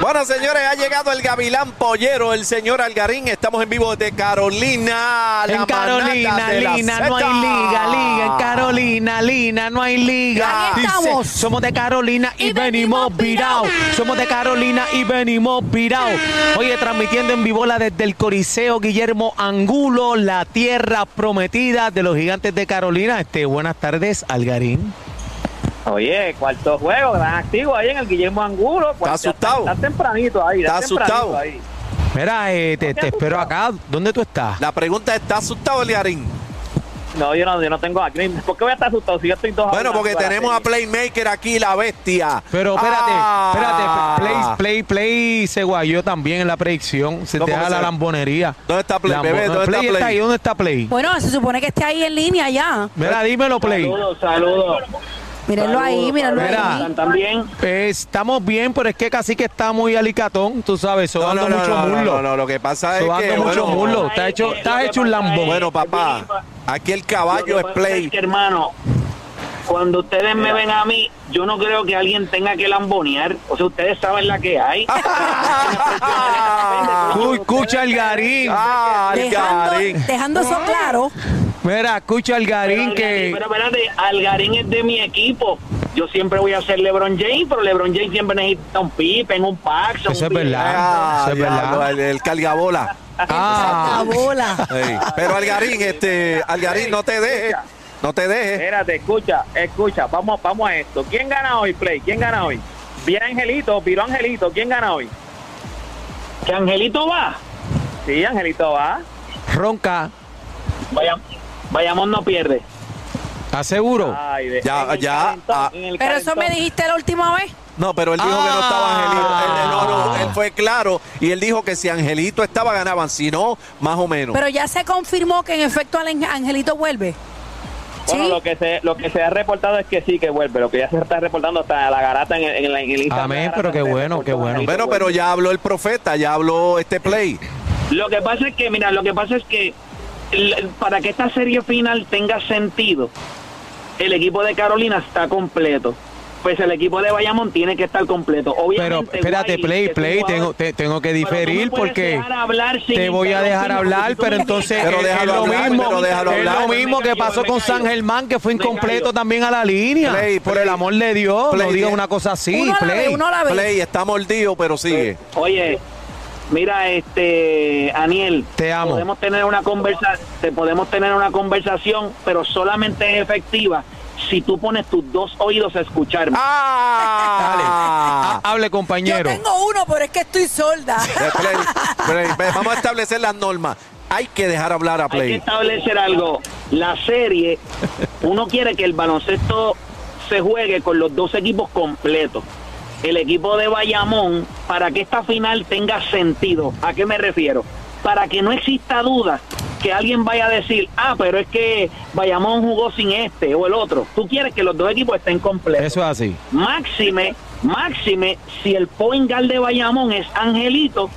Bueno, señores, ha llegado el Gavilán Pollero, el señor Algarín. Estamos en vivo desde Carolina. la En Carolina, manada de la Lina, no hay Zeta. liga, liga. En Carolina, Lina, no hay liga. Ahí estamos. somos de Carolina y, Y venimos venimos virados. virados. Somos de Carolina y venimos virados. Oye, transmitiendo en vivola desde el Coliseo Guillermo Angulo, la tierra prometida de los gigantes de Carolina. Este, buenas tardes, Algarín. Oye, cuarto juego, gran activo ahí en el Guillermo Angulo. pues, Está asustado. Está tempranito ahí. Está tempranito asustado. ahí. Mira, eh, te, te espero acá. ¿Dónde tú estás? La pregunta es, ¿está asustado Algarín? No, yo no, yo no tengo aquí. ¿Por qué voy a estar asustado si yo estoy dos a Bueno, una porque jugada tenemos a serie? Playmaker aquí, la bestia. Pero espérate, Ah. espérate. Play, play, play se guayó también en la predicción. Se No, te porque da la se- lambonería. ¿Dónde está Play, Lambo- bebé? no, ¿Dónde está play está Play? ahí, ¿dónde está Play? Bueno, se supone que esté ahí en línea ya. Mira, dímelo, Play. Saludos, saludos. Mírenlo Saludos, ahí, mírenlo saludos. Mira. ahí. ¿Están también? Eh, estamos bien, pero es que casi que está muy alicatón, tú sabes, No, sobando no, no, mucho no, no, muslo. no, no, lo que pasa es Sobando que... mucho bueno, muslo. Te has hecho- te has hecho un lambo. Bueno, papá, aquí el caballo es Play. que, hermano, cuando ustedes me ven a mí, yo no creo que alguien tenga que lambonear. O sea, ustedes saben la que hay. Uy, escucha el garín. Ah, Dejando, Algarín. dejando eso claro. Mira, escucha el garín Pero que. Algarín- Pero espérate, Algarín es de mi equipo. Yo siempre voy a ser LeBron James, pero LeBron James siempre necesita un Pippen, un Paxson. Eso un es verdad. Ah, Eso es verdad. diablo, el, el cargabola. Ah, La bola. Ey, Pero Algarín, este, Algarín, no te dejes. No te Eh. dejes. Espérate, escucha, escucha. Vamos, vamos a esto. ¿Quién gana hoy, Play? ¿Quién gana hoy? Vira Angelito, Viro Angelito. ¿Quién gana hoy? ¿Que Angelito va? Sí, Angelito va. ronca, Vayam- Vayamos no pierde. ¿estás seguro? Ay, de- Ya, en el ya, calentón, ah. en el Pero eso me calentón. dijiste la última vez. No, pero él dijo que no estaba Angelito. Él, él- no, no, Ah. él fue claro y él dijo que si Angelito estaba ganaban, si no, más o menos. Pero ya se confirmó que en efecto Alen- Angelito vuelve. Bueno, ¿Sí? lo que, se, lo que se ha reportado es que sí que vuelve, lo que ya se está reportando hasta la garata en, el- en, la- en el Instagram. Amén, La pero garata qué se bueno, reportó qué bueno. Angelito bueno, pero vuelve. ya habló el profeta, ya habló este play. Lo que pasa es que, mira, lo que pasa es que l- para que esta serie final tenga sentido, el equipo de Carolina está completo. Pues el equipo de Bayamón tiene que estar completo. Pero Obviamente, espérate, Wiley, Play, que es un Play, jugador- tengo, te- tengo que Pero tú me diferir puedes porque. dejar hablar sin Te voy a dejar interrumpirme, hablar, porque pero tú me entonces Pero es, es déjalo lo hablar, mismo, pero déjalo es hablar. lo mismo Me que callo, pasó me con callo. San Germán, que fue Me incompleto callo. también a la línea. Play, Por play. el amor de Dios, Play, no digas play. una cosa así, uno a la vez, Play. uno a la vez. Play está mordido, pero Eh. sigue. Oye, mira, este, Aniel, Te amo. Podemos tener una conversa, te podemos tener una conversación, pero solamente es efectiva si tú pones tus dos oídos a escucharme. ¡Ah! Ah, Hable, Yo compañero. tengo uno, pero es que estoy solda. Eh, Play, Play, ve, vamos a establecer las normas. Hay que dejar hablar a Hay que Play. establecer algo. La serie, uno quiere que el baloncesto se juegue con los dos equipos completos. El equipo de Bayamón, para que esta final tenga sentido. ¿A qué me refiero? Para que no exista duda que alguien vaya a decir, ah, pero es que Bayamón jugó sin este o el otro. Tú quieres que los dos equipos estén completos. Eso es así. Máxime, máxime, si el point guard de Bayamón es Angelito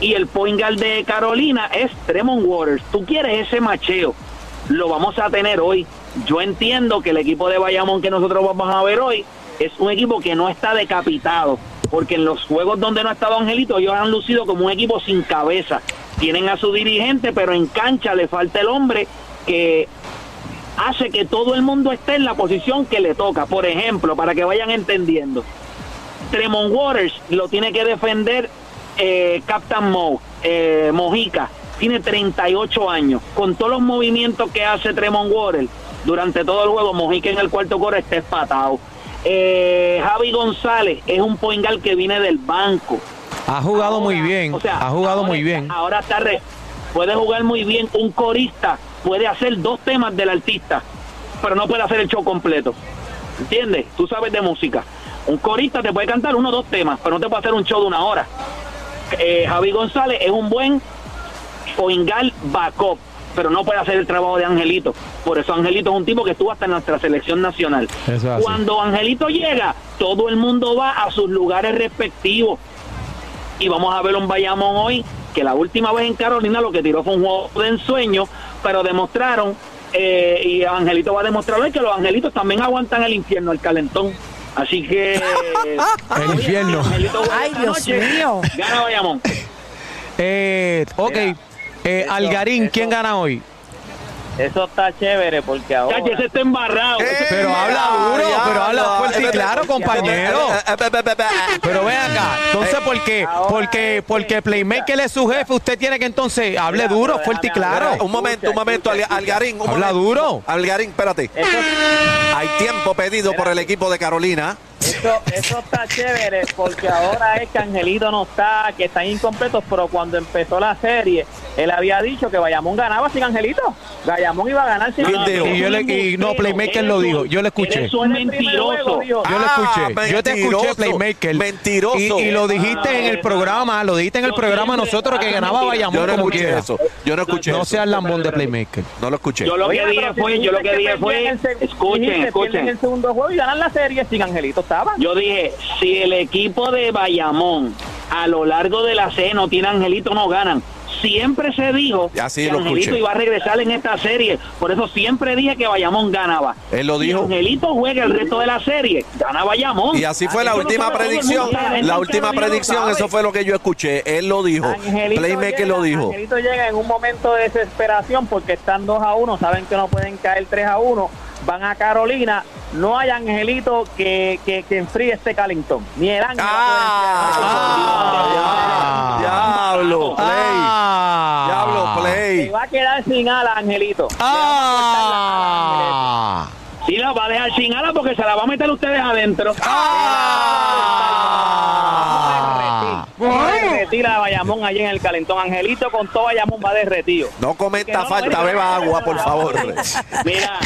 y el point guard de Carolina es Tremont Waters. Tú quieres ese macheo. Lo vamos a tener hoy. Yo entiendo que el equipo de Bayamón que nosotros vamos a ver hoy es un equipo que no está decapitado. Porque en los juegos donde no ha estado Angelito, ellos han lucido como un equipo sin cabeza. Tienen a su dirigente, pero en cancha le falta el hombre que hace que todo el mundo esté en la posición que le toca. Por ejemplo, para que vayan entendiendo, Tremont Waters lo tiene que defender eh, Captain Mo, eh, Mojica. Tiene 38 años. Con todos los movimientos que hace Tremont Waters durante todo el juego, Mojica en el cuarto core está espatado. Eh, Javi González es un poingal que viene del banco. Ha jugado Ahora, muy bien. o sea, ha jugado ahora muy está- bien. Ahora está re- puede jugar muy bien. Un corista puede hacer dos temas del artista, pero no puede hacer el show completo. ¿Entiendes? Tú sabes de música. Un corista te puede cantar uno o dos temas, pero no te puede hacer un show de una hora. Eh, Javi González es un buen Poingal backup, pero no puede hacer el trabajo de Angelito. Por eso Angelito es un tipo que estuvo hasta en nuestra selección nacional. Eso es así. Cuando Angelito llega, todo el mundo va a sus lugares respectivos. Y vamos a ver un Bayamón hoy, que la última vez en Carolina lo que tiró fue un juego de ensueño pero demostraron, eh, y Angelito va a demostrar hoy que los angelitos también aguantan el infierno, el calentón. Así que. El infierno. Angelito juega Ay, esta Dios mío. Gana Bayamón. Eh, ok. Mira, Eh, eso, Algarín, ¿quién eso. gana hoy? Eso está chévere porque ahora. Chacho, ese está embarrado. Eh, Pero habla ah, duro, ya, pero habla ah, fuerte y eh, claro, eh, compañero. eh, eh, eh, eh, eh, eh. Pero ven acá, entonces, ¿por qué? ahora Porque, es que- porque Playmaker es su jefe, usted tiene que entonces, hable Mira, duro, pero fuerte y déjame claro. hablar. Un momento, un momento, Al- Escucha, escucha. Algarín. un Habla momento. duro. Algarín, espérate. Eso, Hay tiempo pedido por el equipo de Carolina. eso, eso está chévere porque ahora es que Angelito no está, que están incompletos, pero cuando empezó la serie, él había dicho que Bayamón ganaba sin Angelito. Bayamón iba a ganar sin Bien Angelito. dejo. Y yo le- y no, Playmaker lo dijo, yo lo escuché. Eres un En el primer mentiroso. juego dijo, Yo lo Ah, escuché. Yo te escuché, mentiroso, Playmaker. mentiroso. Y, y lo dijiste Ah, en el no. programa, lo dijiste en el Yo programa siempre- nosotros que ah, ganaba mentira. Yo Bayamón no como escuché quiera. eso. Yo no escuché No eso. seas lambón de Playmaker. No lo escuché. Yo lo que Oye, dije pero si fue, yo lo dijiste que dije perdían fue, el seg- escuchen, dijiste, pierden escuchen. el segundo juego y ganan la serie sin Angelito estaba. Yo dije, si el equipo de Bayamón a lo largo de la C no tiene Angelito, no ganan. Siempre se dijo Así que lo Angelito escuché. iba a regresar en esta serie. Por eso siempre dije que Bayamón ganaba. Él lo Si dijo. Angelito juega el resto de la serie, gana Bayamón. Y así fue la Eso lo última sabe todo el predicción. mundo, gente La que última lo dijo lo predicción, sabe. eso fue lo que yo escuché. Él lo dijo. Angelito Oh, Playmaker llega- lo dijo. Angelito llega en un momento de desesperación porque están 2 a 1, saben que no pueden caer 3 a 1, van a Carolina, no hay Angelito que, que, que enfríe este calentón, ni el ángel. Ah, va a poder Diablo, enfriar. Play. Ah. Diablo, pues, Se Play. va a quedar sin ala, Angelito. Le va a cortar las alas, Angelito. Ah. Sí, la va a dejar sin ala porque se la va a meter ustedes adentro. Ah. Va a derretir a Bayamón allí en el calentón. Angelito con todo Bayamón va derretido. No comenta no, falta, no, beba no, agua, no, por no. favor. Mira,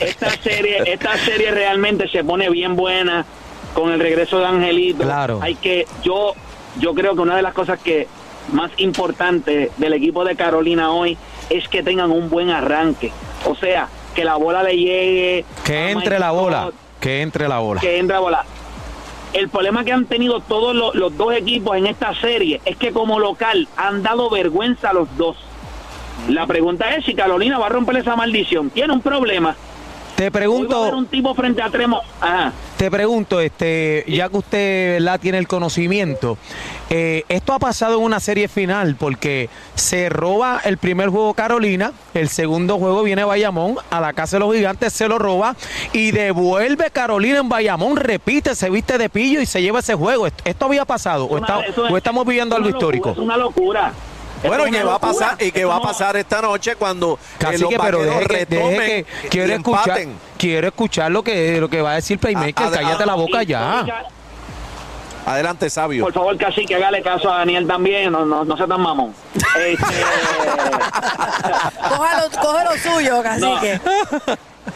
esta serie, esta serie realmente se pone bien buena con el regreso de Angelito. Claro. Hay que, yo, yo creo que una de las cosas que más importante del equipo de Carolina hoy es que tengan un buen arranque. O sea, que la bola le llegue. Que a entre la Mike bola. Scott, Que entre la bola. que entra bola. El problema que han tenido todos los, los dos equipos en esta serie es que como local han dado vergüenza a los dos. La pregunta es si Carolina va a romper esa maldición. Tiene un problema. Te Hoy va a haber pregunto, un tipo frente a Tremo. Ajá. te pregunto, este, ya que usted ¿verdad? tiene el conocimiento, eh, esto ha pasado en una serie final porque se roba el primer juego Carolina, el segundo juego viene Bayamón a la casa de los gigantes, se lo roba y devuelve Carolina en Bayamón, repite, se viste de pillo y se lleva ese juego. ¿Est- ¿Esto había pasado o, Una- está- eso es- o estamos viviendo es algo una locura, histórico? Es una locura. Es Bueno, una que va a locura. pasar y que Eso va a no- pasar esta noche cuando eh, los Cacique, pero vaqueros deje que, deje retomen que- y quiero escuchar, empaten. quiero escuchar lo que lo que va a decir Playmaker, A- a- cállate la boca ya. Histórica. Adelante, sabio. Por favor, casi que hágale caso a Daniel también. No, no, no sea tan mamón. Este, Cójalo, coge lo suyo, cacique.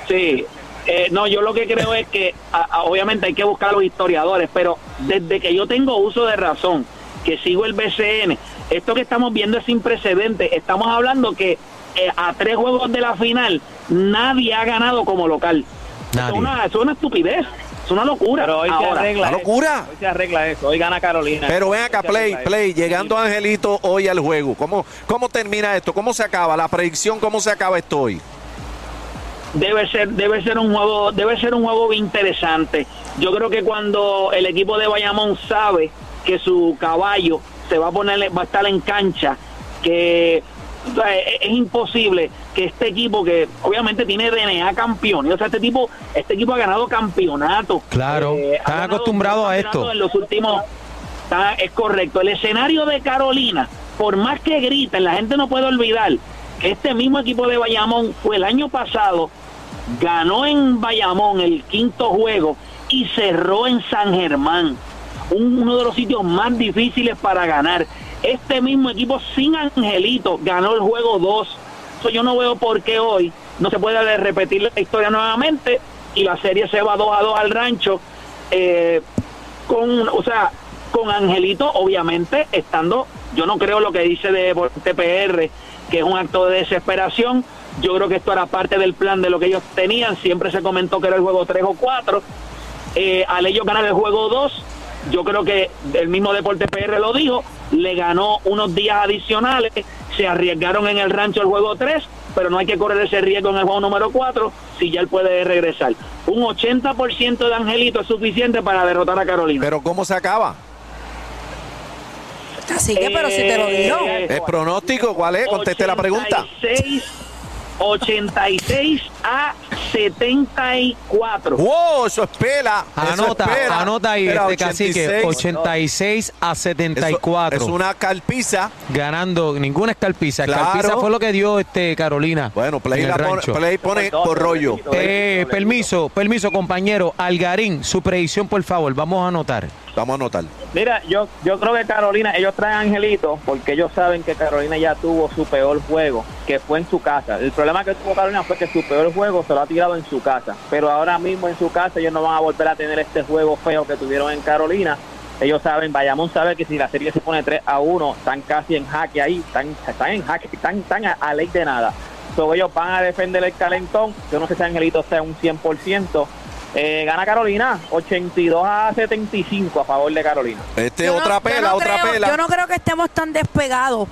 Sí, Eh, no, yo lo que creo es que a- a- obviamente hay que buscar a los historiadores, pero desde que yo tengo uso de razón, que sigo el BCN, esto que estamos viendo es sin precedentes. Estamos hablando que eh, a tres juegos de la final nadie ha ganado como local. Nadie. Es, una, es una estupidez, es una locura. Pero hoy se Ahora, arregla. ¡La locura! eso, Hoy se arregla eso. Hoy gana Carolina. Pero ven Hoy acá, se Play, arregla eso. Play, llegando Angelito hoy al juego. ¿Cómo, ¿Cómo termina esto? ¿Cómo se acaba? La predicción, ¿cómo se acaba esto hoy? debe ser debe ser un juego debe ser un juego interesante yo creo que cuando el equipo de Bayamón sabe que su caballo se va a poner va a estar en cancha que o sea, e-, es, es imposible que este equipo que obviamente tiene DNA campeón o sea este tipo este equipo ha ganado campeonato Claro, Eh, ha están ganado acostumbrados a campeonato esto. en los últimos está- es correcto el escenario de Carolina por más que griten la gente no puede olvidar que este mismo equipo de Bayamón fue el año pasado ganó en Bayamón el quinto juego y cerró en San Germán, un- uno de los sitios más difíciles para ganar. Este mismo equipo sin Angelito ganó el juego 2. So, yo no veo por qué hoy no se puede de- repetir la historia nuevamente y la serie se va 2 a 2 al rancho. eh, con, o sea, con Angelito, obviamente, estando, yo no creo lo que dice de por- TPR, que es un acto de desesperación. Yo creo que esto era parte del plan de lo que ellos tenían. Siempre se comentó que era el juego 3 o 4. Eh, al ellos ganar el juego 2, yo creo que el mismo Deporte PR lo dijo, le ganó unos días adicionales, se arriesgaron en el rancho el juego 3, pero no hay que correr ese riesgo en el juego número 4 si ya él puede regresar. Un 80% de Angelito es suficiente para derrotar a Carolina. Pero ¿cómo se acaba? Cacique, pero si te lo digo. Eh, ¿Es pronóstico? ¿Cuál es? Conteste la pregunta. 86, 86 a 74. ¡Wow! Eso es pela. eso Ah, Anota, es pela. anota ahí, Era este cacique. 86 a Eso- 74. Es una carpiza. Ganando ninguna escalpiza. Claro. Escalpiza fue lo que dio este Carolina. Bueno, Play, en el la pone, rancho. Play pone por rollo. Eh, permiso, permiso, compañero. Algarín, su predicción, por favor. Vamos a anotar. Vamos a anotar. Mira, yo, yo creo que Carolina, ellos traen a Angelito porque ellos saben que Carolina ya tuvo su peor juego, que fue en su casa. El problema que tuvo Carolina fue que su peor juego se lo ha tirado en su casa. Pero ahora mismo en su casa ellos no van a volver a tener este juego feo que tuvieron en Carolina. Ellos saben, Bayamón sabe que si la serie se pone 3 a 1, están casi en jaque ahí, están, están en jaque, están, están a, a ley de nada. So, ellos van a defender el calentón. Yo no sé si Angelito está un 100%. Eh, gana Carolina 82 a 75 a favor de Carolina. Este Yo no- otra yo pela, no otra creo- pela. Yo no creo que estemos tan despegados,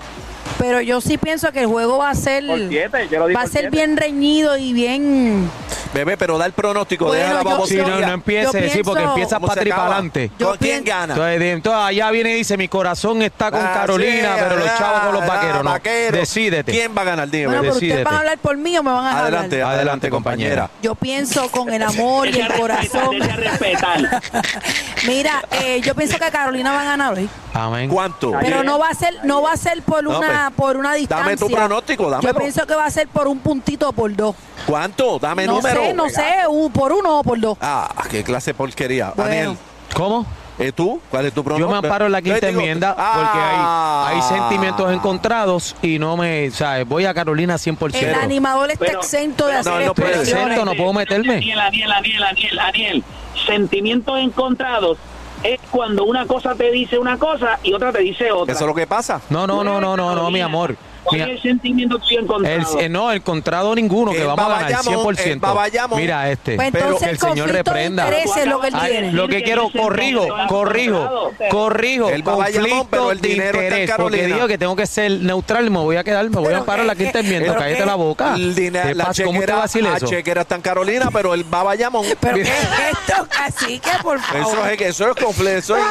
pero yo sí pienso que el juego va a ser Por siete, yo lo digo Mm. va a por ser siete. bien reñido y bien Bebé, pero da el pronóstico. Bueno, deja la yo- Sí, babosería. yo- no, no empieces, yo sí, porque pienso- empiezas ¿Cómo se para acaba? adelante. ¿Con Yo quién pien- gana? Entonces, de- entonces, allá viene y dice, mi corazón está con Ah, Carolina, sí, pero los ah, chavos con los ah, vaqueros, no. vaqueros. Decídete. ¿Quién va a ganar? Dime. Bueno, bebé. pero ustedes decídete. van a hablar por mí o me van a dejar adelante, hablar. adelante, compañera. Yo pienso con el amor y Deje el corazón. respetar, deje respetar. Mira, eh, yo pienso que Carolina va a ganar hoy, Amén. ¿Cuánto? Ahí pero es, no va a ser no va a ser por No, una pues, por una distancia. Dame tu pronóstico, Yo dámelo. pienso que va a ser por un puntito o por dos. ¿Cuánto? Dame no número. sé, no sé, un- por uno o por dos. Ah, qué clase de porquería. Bueno. Daniel, ¿Cómo? ¿eh, ¿tú? ¿Cuál es tu Yo pronóstico? me amparo en la Yo quinta digo- enmienda Ah. porque hay, hay sentimientos encontrados y no me, ¿sabes? Voy a Carolina 100%. el animador está pero- exento de pero hacer no, no puede. expresiones. Exento, no puedo meterme. Aniel, Aniel, Aniel, Aniel, Aniel. Sentimientos encontrados es cuando una cosa te dice una cosa y otra te dice otra. Eso es lo que pasa. No, no, no, no, no, no, mi Carolina, amor. ¿Cuál Mi- es el sentimiento tuyo el, encontrado? eh, no, encontrado ninguno, que El vamos a ganar Babayamón, el 100%. Babayamón. Mira este. Pues Pero que entonces el el Señor conflicto de reprenda. Ah, intereses es lo que él Ay, tiene. Lo que quiero, corrijo, corrijo, corrijo, El Babayamón, conflicto pero el de dinero está en interés, porque Carolina. digo que tengo que ser neutral y me voy a quedar, me voy Pero a parar la que- quinta enmienda, pero cállate que- la boca. El dinero, Te la pas- ¿Cómo te chequera, va a decir la eso? chequera está en Carolina, pero el babayamón. Pero ¿qué es esto? Así que, por favor. Eso es, eso es complejo, eso es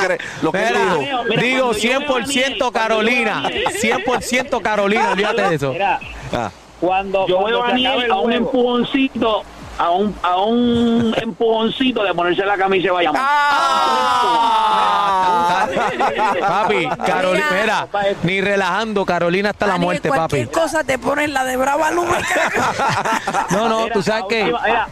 interés. que- Lo que él Espera, dijo. Mira, cuando digo yo veo a 100% Daniel, Carolina, cuando yo veo a 100% Carolina, olvídate de eso. Mira, Ah, cuando, Yo cuando veo a se acabe Aniel el a un juego, empujoncito, a un, a un empujoncito de ponerse la camisa de Bayamón. Ah. Ah. Papi, Carolina, mira, ni relajando, Carolina hasta la Daniel, muerte, cualquier papi. cosa te ponen la de brava lúbrica. No, no, mira, tú sabes la que última- mira,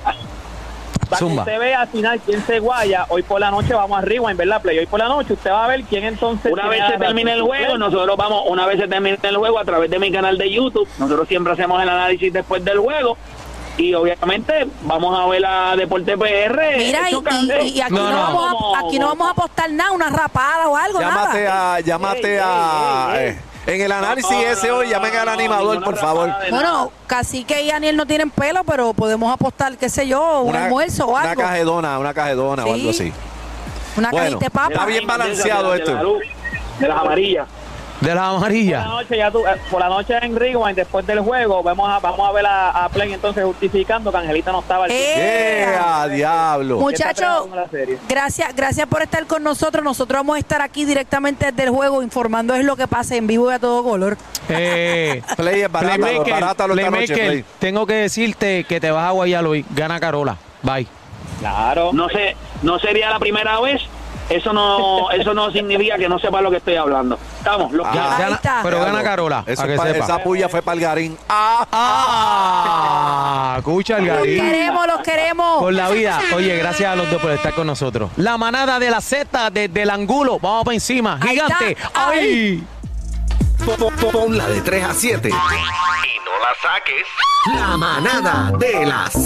para Zumba. que usted vea al final quién se guaya, hoy por la noche vamos arriba en verdad play. Hoy por la noche usted va a ver quién entonces. Una tiene vez la se razón. termine el juego, nosotros vamos, una vez se termine el juego a través de mi canal de YouTube, nosotros siempre hacemos el análisis después del juego y obviamente vamos a ver a Deporte PR. Mira, y, chocando. y- y aquí, No, no, no. Vamos a, aquí no vamos a apostar nada, una rapada o algo, Llámate nada. a, llámate a. eh, En el análisis No, no, ese hoy, no, llamen no, al no, animador, ninguna por favor. rapada de Bueno, Cacique y Daniel no tienen pelo, pero podemos apostar, qué sé yo, un almuerzo o una algo. cajedona, una cajedona o algo así. Sí. una bueno, cajita de está papa. bien nada. balanceado De la- de la esto. luz, De las amarillas. de la Por la amarilla. noche, ya tú- eh, por la noche en Rewind, después del juego, vamos a, vamos a ver a, a Play entonces justificando que Angelita no estaba al Eh, ¡Yeah, diablo! Que está Muchachos, pegado con la serie. gracias, gracias por estar con nosotros. Nosotros vamos a estar aquí directamente desde el juego informando es lo que pasa en vivo y a todo color. Eh, Play es barata, Playmaker, barátalo esta noche, Playmaker, Play. tengo que decirte que te vas a guayar hoy. Gana Carola. Bye. Claro. No sé, no sería la primera vez. Eso no, eso no significa que no sepa lo que estoy hablando. Estamos, los Ah. Gana- está. pero Diablo. gana Carola, Eso a que es pa- sepa. Esa puya fue para el garín. ¡Ah! Ah, escucha el Los garín. queremos, los queremos. Por la vida. Oye, gracias a los dos por estar con nosotros. La manada de la Z desde el angulo. Vamos para encima. Ahí está, Gigante. ahí. ¡Ay! Pon la de 3 a 7. Y no la saques. La manada de la Z.